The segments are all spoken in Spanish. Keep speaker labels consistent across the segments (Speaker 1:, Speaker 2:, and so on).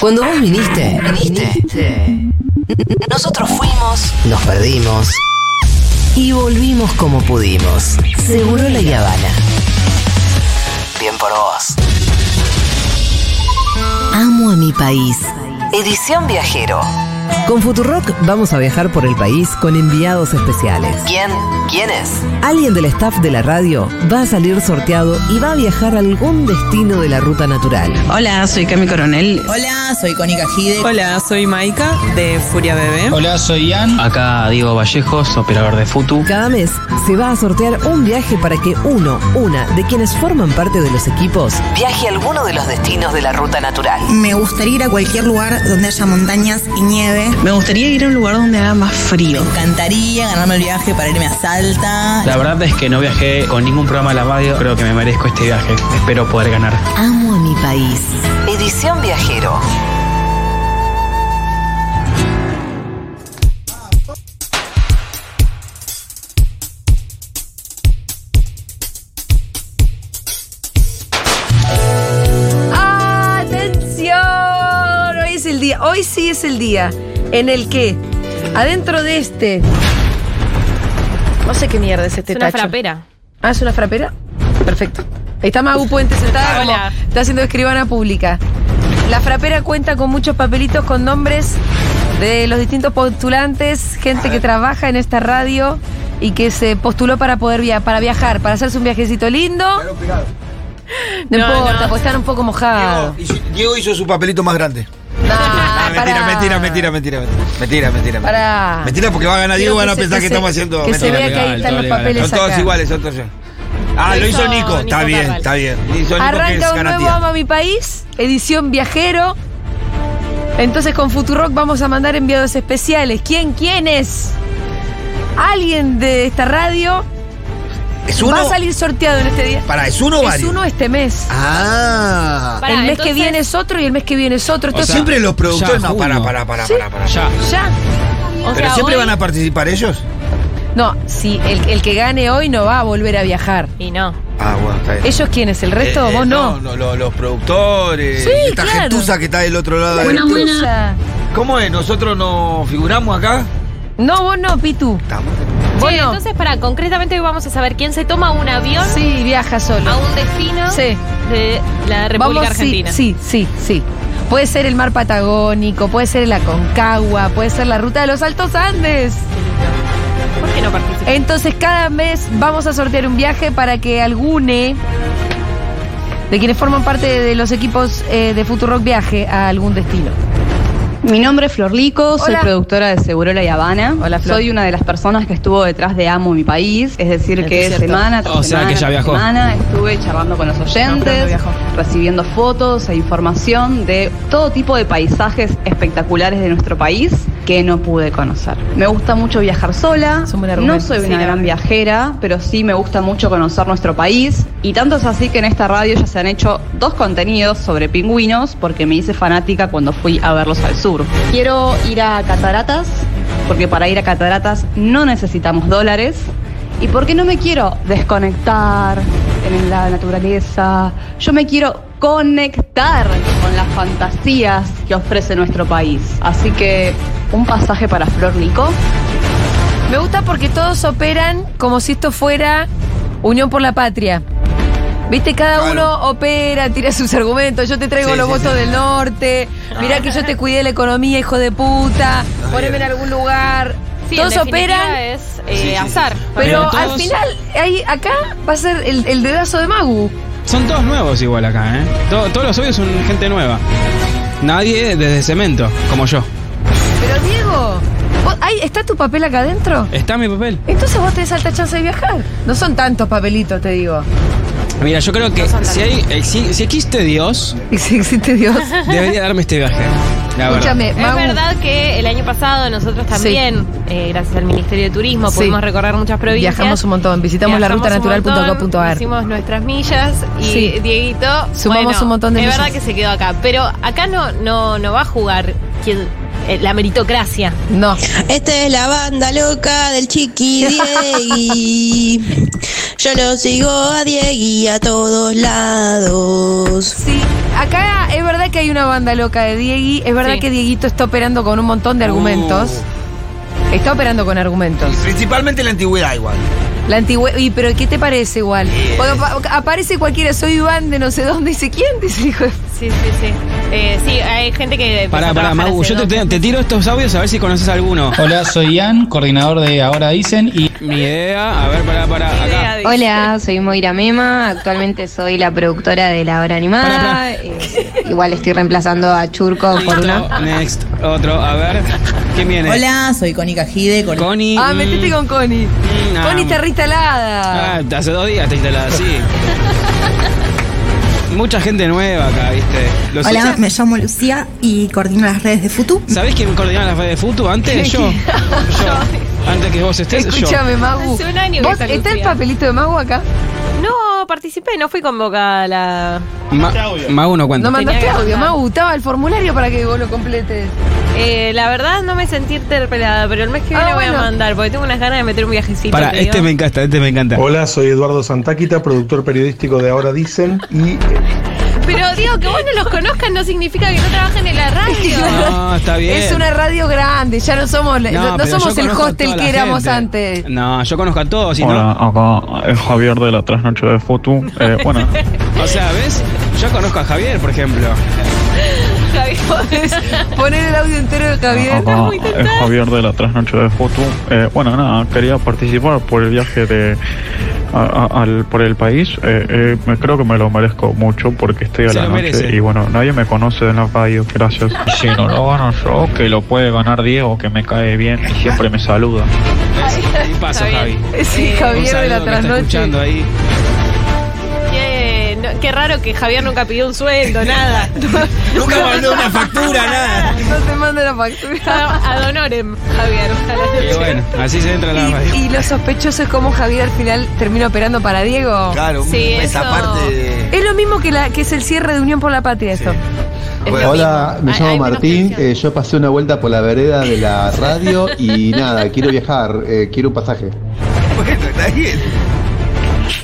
Speaker 1: Cuando vos viniste, viniste. Nosotros fuimos, nos perdimos y volvimos como pudimos. Seguro la Habana. Bien por vos. Amo a mi país. Edición Viajero.
Speaker 2: Con Futurock vamos a viajar por el país con enviados especiales.
Speaker 1: ¿Quién? ¿Quién es?
Speaker 2: Alguien del staff de la radio va a salir sorteado y va a viajar a algún destino de la ruta natural.
Speaker 3: Hola, soy Cami Coronel.
Speaker 4: Hola, soy Conica Gide.
Speaker 5: Hola, soy Maika de Furia Bebé.
Speaker 6: Hola, soy Ian.
Speaker 7: Acá Diego Vallejos, operador de Futu.
Speaker 2: Cada mes se va a sortear un viaje para que uno, una de quienes forman parte de los equipos,
Speaker 1: Viaje a alguno de los destinos de la ruta natural.
Speaker 4: Me gustaría ir a cualquier lugar donde haya montañas y nieve.
Speaker 3: Me gustaría ir a un lugar donde haga más
Speaker 4: Me
Speaker 3: frío.
Speaker 4: encantaría ganarme el viaje para irme a Salta.
Speaker 7: La verdad es que no viajé con ningún programa de la radio. Creo que me merezco este viaje. Espero poder ganar.
Speaker 1: Amo a mi país. Edición Viajero.
Speaker 8: ¡Atención! Hoy es el día, hoy sí es el día en el que adentro de este. No sé qué mierda es este
Speaker 9: Es una
Speaker 8: tacho.
Speaker 9: frapera.
Speaker 8: Ah, es una frapera. Perfecto. Ahí está Magu Puente sentada como
Speaker 9: Hola.
Speaker 8: está haciendo escribana pública. La frapera cuenta con muchos papelitos con nombres de los distintos postulantes, gente que trabaja en esta radio y que se postuló para poder via- para viajar, para hacerse un viajecito lindo. No,
Speaker 9: No,
Speaker 8: importa,
Speaker 9: no.
Speaker 8: porque están un poco mojados.
Speaker 10: Diego hizo su papelito más grande.
Speaker 8: Ah,
Speaker 10: mentira,
Speaker 8: pará.
Speaker 10: mentira, mentira, mentira, mentira. Mentira, mentira.
Speaker 8: Pará.
Speaker 10: Mentira porque va a ganar Diego, van a
Speaker 8: Quiero
Speaker 10: pensar que,
Speaker 8: se-
Speaker 10: estamos haciendo.
Speaker 8: Que se
Speaker 10: mentira,
Speaker 8: vea que
Speaker 10: mentira.
Speaker 7: legal, todo
Speaker 8: ahí están los
Speaker 7: legal.
Speaker 8: papeles
Speaker 10: Son todos
Speaker 8: acá.
Speaker 10: iguales, son todos iguales. Ah,
Speaker 9: Lo
Speaker 10: lo, hizo
Speaker 9: hizo
Speaker 10: Nico.
Speaker 9: Nico
Speaker 10: Está bien,
Speaker 9: Carral.
Speaker 10: está bien. Lo hizo Nico que es
Speaker 8: Arranca un nuevo
Speaker 10: garantía.
Speaker 8: Ama Mi País, edición viajero. Entonces con Futurock vamos a mandar enviados especiales. ¿Quién? ¿Quién es? Alguien de esta radio
Speaker 10: ¿Es
Speaker 8: va a
Speaker 10: uno?
Speaker 8: salir sorteado en este día.
Speaker 10: Para, ¿es uno o
Speaker 8: es
Speaker 10: varios?
Speaker 8: uno este mes.
Speaker 10: Ah.
Speaker 9: Pará,
Speaker 8: el mes que
Speaker 9: entonces-
Speaker 8: viene es otro y el mes que viene es otro.
Speaker 7: O sea,
Speaker 8: Entonces,
Speaker 10: Siempre los productores.
Speaker 7: ya,
Speaker 10: No, para,
Speaker 7: uno.
Speaker 10: para, para,
Speaker 8: Sí.
Speaker 10: para, para.
Speaker 7: Ya.
Speaker 8: ya.
Speaker 9: O
Speaker 10: Pero
Speaker 9: sea,
Speaker 10: siempre
Speaker 9: hoy-
Speaker 10: van a participar ellos.
Speaker 8: No, si el, el que gane hoy no va a volver a viajar.
Speaker 9: Y no.
Speaker 10: Ah, bueno, está bien.
Speaker 8: ¿Ellos quiénes? ¿El resto?
Speaker 10: Eh, eh,
Speaker 8: ¿Vos no?
Speaker 10: lo- lo- los productores,
Speaker 8: Sí,
Speaker 10: esta
Speaker 8: claro.
Speaker 10: gentuza que está del otro lado. del-
Speaker 8: Gentuza.
Speaker 10: ¿Cómo es? ¿Nosotros nos figuramos acá?
Speaker 8: No, vos no, Pitu.
Speaker 10: Estamos.
Speaker 8: Vos
Speaker 9: Che,
Speaker 8: no.
Speaker 9: entonces, para, concretamente hoy vamos a saber quién se toma un avión
Speaker 8: Sí, viaja solo.
Speaker 9: a un destino
Speaker 8: Sí.
Speaker 9: de la República
Speaker 8: Vamos,
Speaker 9: Argentina.
Speaker 8: Sí, sí, sí, sí. Puede ser el mar Patagónico, puede ser la Concagua, puede ser la ruta de los Altos Andes.
Speaker 9: ¿Por qué no participa?
Speaker 8: Entonces cada mes vamos a sortear un viaje para que algune de quienes forman parte de los equipos eh, de Futurock viaje a algún destino.
Speaker 11: Mi nombre es Florlico, soy
Speaker 8: Hola.
Speaker 11: productora de Seguro La Habana.
Speaker 8: Hola, Flor.
Speaker 11: Soy una de las personas que estuvo detrás de Amo Mi País, es decir,
Speaker 8: Es
Speaker 11: que
Speaker 8: cierto.
Speaker 11: semana tras
Speaker 7: O sea,
Speaker 11: semana,
Speaker 7: que ya
Speaker 11: tras
Speaker 7: viajó.
Speaker 11: semana estuve charlando con los
Speaker 8: Flor no
Speaker 11: oyentes,
Speaker 8: viajó.
Speaker 11: recibiendo fotos e información de todo tipo de paisajes espectaculares de nuestro país que no pude conocer. Me gusta mucho viajar sola,
Speaker 8: Es un buen
Speaker 11: no
Speaker 8: argumento.
Speaker 11: soy
Speaker 8: Sí,
Speaker 11: una
Speaker 8: la
Speaker 11: gran viajera, pero sí me gusta mucho conocer nuestro país. Y tanto es así que en esta radio ya se han hecho dos contenidos sobre pingüinos, porque me hice fanática cuando fui a verlos al sur. Quiero ir a cataratas, porque para ir a cataratas no necesitamos dólares. ¿Y por qué no me quiero desconectar en la naturaleza? Yo me quiero conectar con las fantasías que ofrece nuestro país. Así que un pasaje para Flor Lico.
Speaker 8: Me gusta porque todos operan como si esto fuera Unión por la Patria. Viste, cada
Speaker 10: Claro.
Speaker 8: uno opera, tira sus argumentos. Yo te traigo
Speaker 10: Sí,
Speaker 8: los
Speaker 10: sí,
Speaker 8: votos
Speaker 10: sí. Ah.
Speaker 8: del norte. Mirá que yo te cuidé la economía, hijo de puta.
Speaker 10: bien.
Speaker 8: Poneme en algún lugar.
Speaker 9: Sí, en
Speaker 8: todos
Speaker 9: definitiva
Speaker 8: operan,
Speaker 9: Es eh,
Speaker 10: Sí, sí, sí.
Speaker 9: azar.
Speaker 8: pero
Speaker 7: Pero todos-
Speaker 8: al final, ahí, acá va a ser el, el dedazo de Magu.
Speaker 7: Son todos nuevos igual acá, ¿eh? To- todos los hoyos son gente nueva. Nadie desde cemento, como yo.
Speaker 8: Pero Diego, vos- ay, ¿está tu papel acá adentro?
Speaker 7: Está mi papel.
Speaker 8: Entonces vos tenés alta chance de viajar. No son tantos papelitos, te digo.
Speaker 7: Mira, yo creo que si, hay, exi- si existe Dios,
Speaker 8: Y si existe Dios.
Speaker 7: debería darme este viaje. La verdad.
Speaker 8: Escúchame,
Speaker 9: Es
Speaker 8: Magu.
Speaker 9: verdad que el año pasado nosotros también, eh, gracias al Ministerio de Turismo,
Speaker 8: Sí.
Speaker 9: pudimos recorrer muchas provincias.
Speaker 8: Viajamos un montón, visitamos la ruta
Speaker 9: Viajamos un montón,
Speaker 8: natural.com.ar.
Speaker 9: Hicimos nuestras millas y
Speaker 8: Sí.
Speaker 9: Dieguito.
Speaker 8: Sumamos
Speaker 9: bueno,
Speaker 8: un montón de
Speaker 9: Es
Speaker 8: millas.
Speaker 9: verdad que se quedó acá, pero acá no, no, no va a jugar quién eh, la meritocracia.
Speaker 8: No.
Speaker 6: Esta es la banda loca del chiqui Diegui. Yo lo sigo a Diegui a todos lados.
Speaker 8: Sí, acá es verdad que hay una banda loca de Diegui. Es verdad
Speaker 9: Sí.
Speaker 8: que Dieguito está operando con un montón de argumentos. Está operando con argumentos.
Speaker 10: Y principalmente en la antigüedad igual.
Speaker 8: La antigüedad. Y, pero ¿qué te parece igual? Porque apa- aparece cualquiera, soy Iván de no sé dónde, dice ¿quién? Dice el hijo de-
Speaker 9: Sí, sí, sí. Eh, sí, hay gente que.
Speaker 7: Pará,
Speaker 9: para
Speaker 7: pará, Magu, yo te, te tiro estos audios a ver si conoces alguno.
Speaker 12: Hola, soy Ian, coordinador de Ahora Dicen y
Speaker 7: Mi idea, a ver, pará, pará, acá.
Speaker 13: Hola, soy Moira Mema, actualmente soy la productora de La Hora Animada. Eh, igual estoy reemplazando a
Speaker 7: Ah,
Speaker 13: Churco por una...
Speaker 7: Otro, next, otro, a ver. ¿Quién viene?
Speaker 4: Hola, soy Connie Cajide. Con...
Speaker 7: Connie.
Speaker 8: Ah,
Speaker 7: mm,
Speaker 8: metiste con Connie.
Speaker 7: ah,
Speaker 8: Connie está reinstalada.
Speaker 7: Ah, hace dos días te instalada, sí. Mucha gente nueva acá, viste. Los-
Speaker 4: Hola, me llamo Lucía y coordino las redes de Futu.
Speaker 7: ¿Sabés quién coordinaba las redes de Futu antes? Yo. Yo. Antes que vos estés,
Speaker 8: Escúchame, Magu.
Speaker 9: Hace un año que
Speaker 8: ¿Vos-
Speaker 9: está
Speaker 8: ¿Está el
Speaker 9: Lucía.
Speaker 8: papelito de Magu acá?
Speaker 9: No, participé, no fui convocada a la.
Speaker 7: yo. Ma- Magu no cuenta.
Speaker 8: No mandaste
Speaker 9: Tenía que
Speaker 8: audio,
Speaker 9: mandar.
Speaker 8: Magu. Estaba el formulario para que vos lo completes.
Speaker 9: Eh, la verdad no me sentí interpelada, pero el mes que
Speaker 8: Ah,
Speaker 9: viene voy
Speaker 8: bueno.
Speaker 9: a mandar, porque tengo unas ganas de meter un viajecito.
Speaker 7: Para,
Speaker 9: te
Speaker 7: este
Speaker 9: digo.
Speaker 7: me encanta, este me encanta.
Speaker 14: Hola, soy Eduardo Santáquita, productor periodístico de Ahora Dicen y eh,
Speaker 9: Pero digo que vos no los conozcas no significa que no trabajen en la radio.
Speaker 7: No, Ah, está bien.
Speaker 8: Es una radio grande, ya no somos, la- no, no
Speaker 7: pero yo
Speaker 8: somos el
Speaker 7: conozco a
Speaker 8: hostel
Speaker 7: toda
Speaker 8: que
Speaker 7: la
Speaker 8: éramos
Speaker 7: gente.
Speaker 8: antes.
Speaker 7: No, yo conozco a todos y
Speaker 15: Hola, acá es Javier de la Trasnoche de Futu. Eh, bueno,
Speaker 7: no. O sea, ¿ves? Yo conozco a Javier, por ejemplo.
Speaker 9: Javi, podés-
Speaker 8: Poner el audio entero de Javier.
Speaker 15: acá es Javier de la Trasnoche de Futu. Eh, bueno, nada, quería participar por el viaje de a- a- al- por el país. Eh, eh, me- creo que me lo merezco mucho porque estoy a
Speaker 7: Se
Speaker 15: la
Speaker 7: lo
Speaker 15: noche
Speaker 7: merece.
Speaker 15: y bueno, nadie me conoce en la radio. Gracias. Si no lo gano yo, que lo puede ganar Diego, que me cae bien y siempre me saluda.
Speaker 7: ¿Ves? Y paso, Javi.
Speaker 8: Sí,
Speaker 9: Eh,
Speaker 7: Un
Speaker 8: Javier de
Speaker 7: saludo
Speaker 8: la
Speaker 7: que está
Speaker 8: trasnoche.
Speaker 7: escuchando eh. ahí.
Speaker 9: Qué, eh, no- qué raro que Javier nunca pidió un sueldo, nada.
Speaker 10: Nunca mandó una factura, nada.
Speaker 8: No te mando la factura.
Speaker 9: A, a Donorem, Javier. ojalá.
Speaker 7: Y bueno, así se entra a la radio.
Speaker 8: Y, y lo sospechoso es como Javier al final termina operando para Diego.
Speaker 10: Claro,
Speaker 9: Sí,
Speaker 10: esa
Speaker 9: eso-
Speaker 10: parte de...
Speaker 8: Es lo mismo que, la, que es el cierre de Unión por la Patria esto.
Speaker 9: Es lo
Speaker 16: Hola,
Speaker 9: mismo.
Speaker 16: me
Speaker 9: Hay-
Speaker 16: llamo
Speaker 9: hay menos
Speaker 16: Martín,
Speaker 9: tensión.
Speaker 16: eh, yo pasé una vuelta por la vereda de la radio y nada, quiero viajar, eh, quiero un pasaje.
Speaker 10: Bueno, está bien.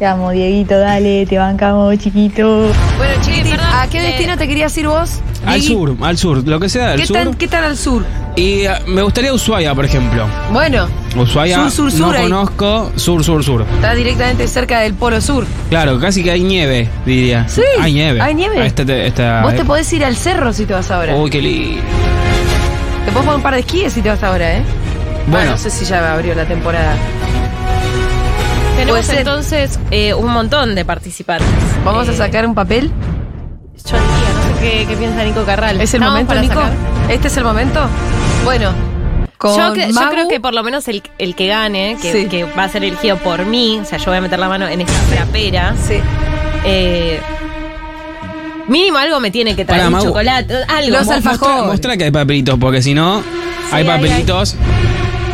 Speaker 17: Te amo, Dieguito, dale, te bancamos, chiquito.
Speaker 8: Bueno, Chiquiti,
Speaker 9: perdón,
Speaker 8: ¿a qué
Speaker 9: eh,
Speaker 8: destino te querías ir vos?
Speaker 7: Al
Speaker 8: Diegui?
Speaker 7: sur, al sur, lo que sea, al
Speaker 8: ¿Qué
Speaker 7: sur.
Speaker 8: tan, ¿Qué tan al sur?
Speaker 7: Y ah, me gustaría Ushuaia, por ejemplo.
Speaker 8: Bueno,
Speaker 7: Ushuaia
Speaker 8: Sur, sur,
Speaker 7: no
Speaker 8: sur ahí.
Speaker 7: conozco. Sur, sur, sur.
Speaker 8: está directamente cerca del Polo Sur.
Speaker 7: Claro, casi que hay nieve, diría.
Speaker 8: Sí,
Speaker 7: Hay nieve.
Speaker 8: hay nieve.
Speaker 7: Ah, Esta, te- esta,
Speaker 8: Vos te podés ir al cerro si te vas ahora.
Speaker 7: Uy, qué lindo.
Speaker 8: Te podés poner un par de esquíes si te vas ahora, ¿eh? Ah,
Speaker 7: Bueno.
Speaker 8: no sé si ya abrió la temporada. Puede
Speaker 9: Tenemos
Speaker 8: ser.
Speaker 9: entonces eh, un montón de participantes.
Speaker 8: Vamos a
Speaker 9: Eh,
Speaker 8: sacar un papel.
Speaker 9: Yo diría, no sé qué, qué piensa Nico Carral.
Speaker 8: ¿Es el
Speaker 9: ¿Estamos
Speaker 8: momento,
Speaker 9: para
Speaker 8: Nico?
Speaker 9: sacar?
Speaker 8: ¿Este es el momento? Bueno, con
Speaker 9: Yo, cre- yo
Speaker 8: Magu-
Speaker 9: creo que por lo menos el, el que gane, que,
Speaker 8: Sí.
Speaker 9: que va a ser elegido por mí, o sea, yo voy a meter la mano en esta trapera,
Speaker 8: Sí.
Speaker 9: eh, mínimo algo me tiene que traer,
Speaker 7: Pará,
Speaker 9: un
Speaker 7: Magu.
Speaker 9: chocolate, algo.
Speaker 8: Los
Speaker 9: Mo-
Speaker 8: alfajores.
Speaker 7: Mostrar que hay papelitos, porque si no, hay
Speaker 9: hay,
Speaker 7: papelitos.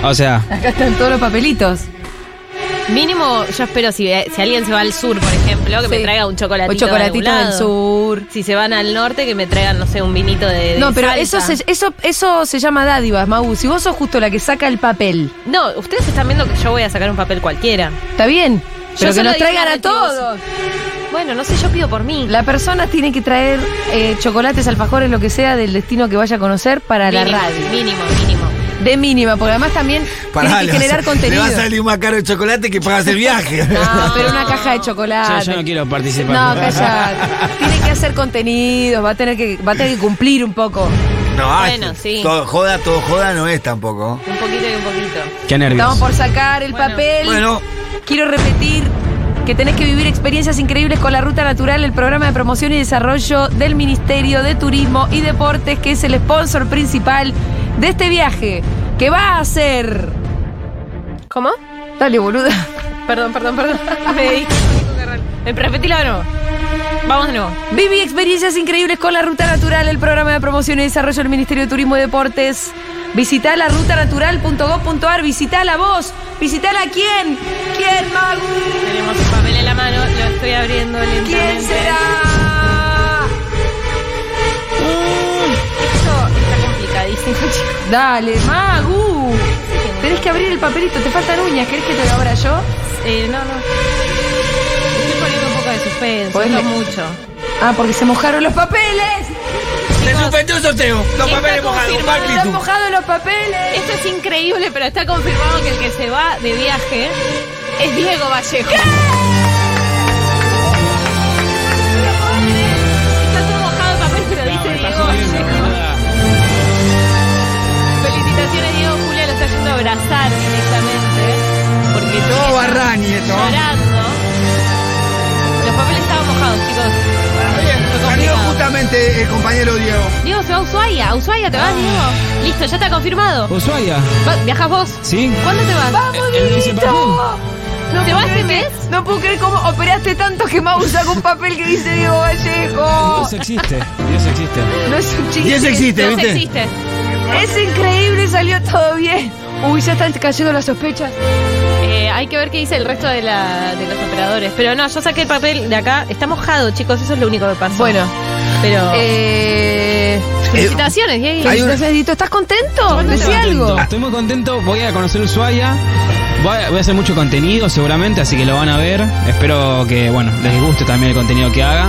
Speaker 7: O sea,
Speaker 8: Acá están todos los papelitos.
Speaker 9: Mínimo, yo espero si, eh, si alguien se va al sur, por ejemplo, que me
Speaker 8: Sí.
Speaker 9: traiga un chocolatito.
Speaker 8: O chocolatito
Speaker 9: de algún
Speaker 8: del
Speaker 9: lado.
Speaker 8: sur.
Speaker 9: Si se van al norte, que me traigan, no sé, un vinito de. de
Speaker 8: No, pero
Speaker 9: salsa.
Speaker 8: eso se, eso, eso se llama dádivas, Mau. Si vos sos justo la que saca el papel,
Speaker 9: No, ustedes están viendo que yo voy a sacar un papel cualquiera.
Speaker 8: ¿está bien? Pero que
Speaker 9: solo
Speaker 8: nos
Speaker 9: dije
Speaker 8: traigan
Speaker 9: la
Speaker 8: a todos.
Speaker 9: Bueno, no sé, yo pido por mí.
Speaker 8: La persona tiene que traer eh, chocolates, alfajores, lo que sea del destino que vaya a conocer para
Speaker 9: mínimo,
Speaker 8: la radio.
Speaker 9: Mínimo, mínimo.
Speaker 8: De mínima, porque además también
Speaker 10: Pará,
Speaker 8: tiene
Speaker 10: le
Speaker 8: que
Speaker 10: vas-
Speaker 8: generar contenido. Ah,
Speaker 10: Le va a salir más caro el chocolate que pagas el viaje.
Speaker 8: No, pero una caja de chocolate.
Speaker 7: yo, yo no quiero participar.
Speaker 8: No, calla. Tiene que hacer contenidos, va a tener que, va a tener que cumplir un poco.
Speaker 10: No, ay,
Speaker 9: Bueno, sí.
Speaker 10: todo joda, todo joda no es tampoco.
Speaker 9: Un poquito y un poquito.
Speaker 7: Qué nervios.
Speaker 8: Estamos por sacar el
Speaker 9: Bueno.
Speaker 8: papel.
Speaker 10: Bueno,
Speaker 8: Quiero repetir que tenés que vivir experiencias increíbles con la Ruta Natural, el programa de promoción y desarrollo del Ministerio de Turismo y Deportes, que es el sponsor principal de este viaje, que va a ser...
Speaker 9: ¿Cómo?
Speaker 8: Dale, boluda.
Speaker 9: Perdón, perdón, perdón. Me dije, Nico Carral. Eh, Repetilo de nuevo. Vamos de nuevo.
Speaker 8: Viví experiencias increíbles con la Ruta Natural, el programa de promoción y desarrollo del Ministerio de Turismo y Deportes. Visitá la rutanatural.gov.ar, visitala vos, visitala quién, quién, Magu,
Speaker 9: Tenemos un papel en la mano, lo estoy abriendo lentamente.
Speaker 8: quién será.
Speaker 9: Esto está complicadísimo. cinco chicos.
Speaker 8: Mm, Dale, Magu. Tenés que abrir el papelito, te faltan uñas. ¿Querés que te lo abra yo?
Speaker 9: Eh, no, Pues no. Estoy poniendo un poco de suspenso,
Speaker 8: Podés
Speaker 9: no
Speaker 8: le-
Speaker 9: mucho.
Speaker 8: Ah, porque se mojaron los papeles.
Speaker 10: Se suspendió el sorteo. Los papeles mojados. un
Speaker 9: confirmado.
Speaker 10: palpitum.
Speaker 8: mojado los papeles.
Speaker 9: Esto es increíble, pero está confirmado que el que se va de viaje es Diego Vallejo. Está todo mojado de papel, pero dice Diego Vallejo. Felicitaciones, Diego. Julia lo está yendo a abrazar directamente. Porque
Speaker 10: Todo
Speaker 9: Julia
Speaker 10: Barrani
Speaker 9: está
Speaker 10: esto, ¿eh?
Speaker 9: Llorando. Los papeles estaban mojados, chicos. Fue
Speaker 10: Salió
Speaker 9: complicado.
Speaker 10: justamente el compañero Diego.
Speaker 9: Diego se va a Ushuaia. ¿A Ushuaia te vas, Diego? Listo, ya está confirmado.
Speaker 7: Ushuaia.
Speaker 9: Va- ¿Viajas vos?
Speaker 7: Sí.
Speaker 9: ¿Cuándo te vas?
Speaker 8: ¡Vamos,
Speaker 7: Eh, eh, dice papel.
Speaker 8: Dieguito! No
Speaker 9: ¿Te
Speaker 8: puedo
Speaker 9: vas este
Speaker 8: creer que-
Speaker 9: mes?
Speaker 8: No puedo creer cómo operaste tanto que Mau saca un papel que dice Diego Vallejo.
Speaker 7: Dios existe. Dios existe.
Speaker 8: No es un chiste.
Speaker 10: Y ese existe,
Speaker 9: Dios
Speaker 10: ¿viste?
Speaker 9: existe.
Speaker 8: Es increíble, salió todo bien. Uy, ya están cayendo las sospechas.
Speaker 9: Eh, hay que ver qué dice el resto de, la- de los operadores. Pero no, yo saqué el papel de acá. Está mojado, chicos. Eso es lo único que pasó.
Speaker 8: Bueno,
Speaker 9: Pero...
Speaker 8: eh.
Speaker 9: felicitaciones, Diego.
Speaker 10: hay un-
Speaker 8: Entonces, Edito, ¿estás contento? Decí algo.
Speaker 7: Estoy muy contento, voy a conocer Ushuaia. Voy a, voy a hacer mucho contenido seguramente, así que lo van a ver. Espero que, bueno, les guste también el contenido que haga.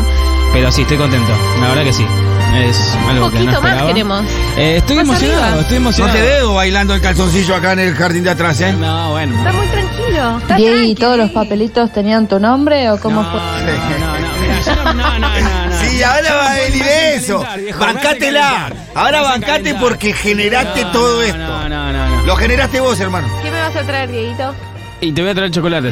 Speaker 7: Pero sí, estoy contento. La verdad que sí. Es algo
Speaker 9: Un
Speaker 7: que no
Speaker 9: poquito más
Speaker 7: esperaba.
Speaker 9: queremos.
Speaker 7: Eh, estoy
Speaker 9: Más
Speaker 7: emocionado,
Speaker 9: arriba.
Speaker 7: estoy
Speaker 10: No
Speaker 7: emocionado.
Speaker 10: te veo bailando el calzoncillo acá en el jardín de atrás, ¿eh?
Speaker 7: No, bueno.
Speaker 8: Está muy tranquilo. Está
Speaker 17: Diego,
Speaker 8: tranqui.
Speaker 17: ¿todos los papelitos tenían tu nombre o cómo
Speaker 7: no,
Speaker 17: fue?
Speaker 7: No, no, no, mirá, yo no, no, no, no, no.
Speaker 10: Sí, ahora va a venir eso. Bancátela. Ahora bancate porque generaste
Speaker 7: No,
Speaker 10: todo
Speaker 7: no,
Speaker 10: esto.
Speaker 7: No, no, no, no.
Speaker 10: Lo generaste vos, hermano.
Speaker 9: ¿Qué me vas a traer, Dieguito?
Speaker 7: Y te voy a traer chocolates.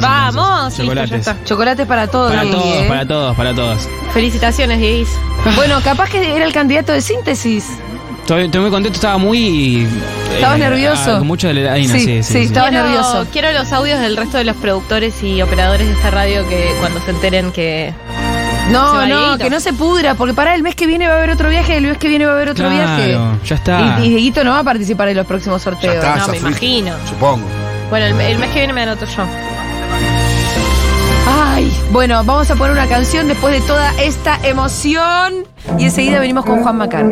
Speaker 7: entonces.
Speaker 9: Vamos, listo, ya
Speaker 7: Chocolates.
Speaker 9: está.
Speaker 8: Chocolate para todos,
Speaker 7: Para
Speaker 8: Diego,
Speaker 7: todos,
Speaker 8: ¿eh?
Speaker 7: para todos, para todos.
Speaker 9: Felicitaciones, Dieguis.
Speaker 8: Bueno, capaz que era el candidato de síntesis.
Speaker 7: Estoy, estoy muy contento, estaba muy.
Speaker 8: Estabas nervioso.
Speaker 7: ah, Con mucha adrenalina,
Speaker 8: Sí,
Speaker 7: sí, sí.
Speaker 8: sí, estaba- Estaba nervioso.
Speaker 9: Quiero los audios del resto de los productores y operadores de esta radio que cuando se enteren que. Se
Speaker 8: No,
Speaker 9: va
Speaker 8: no,
Speaker 9: Dieguito.
Speaker 8: que no se pudra, porque para el mes que viene va a haber otro viaje, el mes que viene va a haber otro
Speaker 7: Claro,
Speaker 8: viaje.
Speaker 7: ya está.
Speaker 8: Y, y Dieguito no va a participar en los próximos sorteos.
Speaker 10: está,
Speaker 9: no,
Speaker 10: ya
Speaker 9: me
Speaker 10: fui.
Speaker 9: imagino.
Speaker 10: Supongo.
Speaker 9: Bueno, el, el mes que viene me anoto yo.
Speaker 8: Ay, bueno, vamos a poner una canción después de toda esta emoción y enseguida venimos con Juan Macar.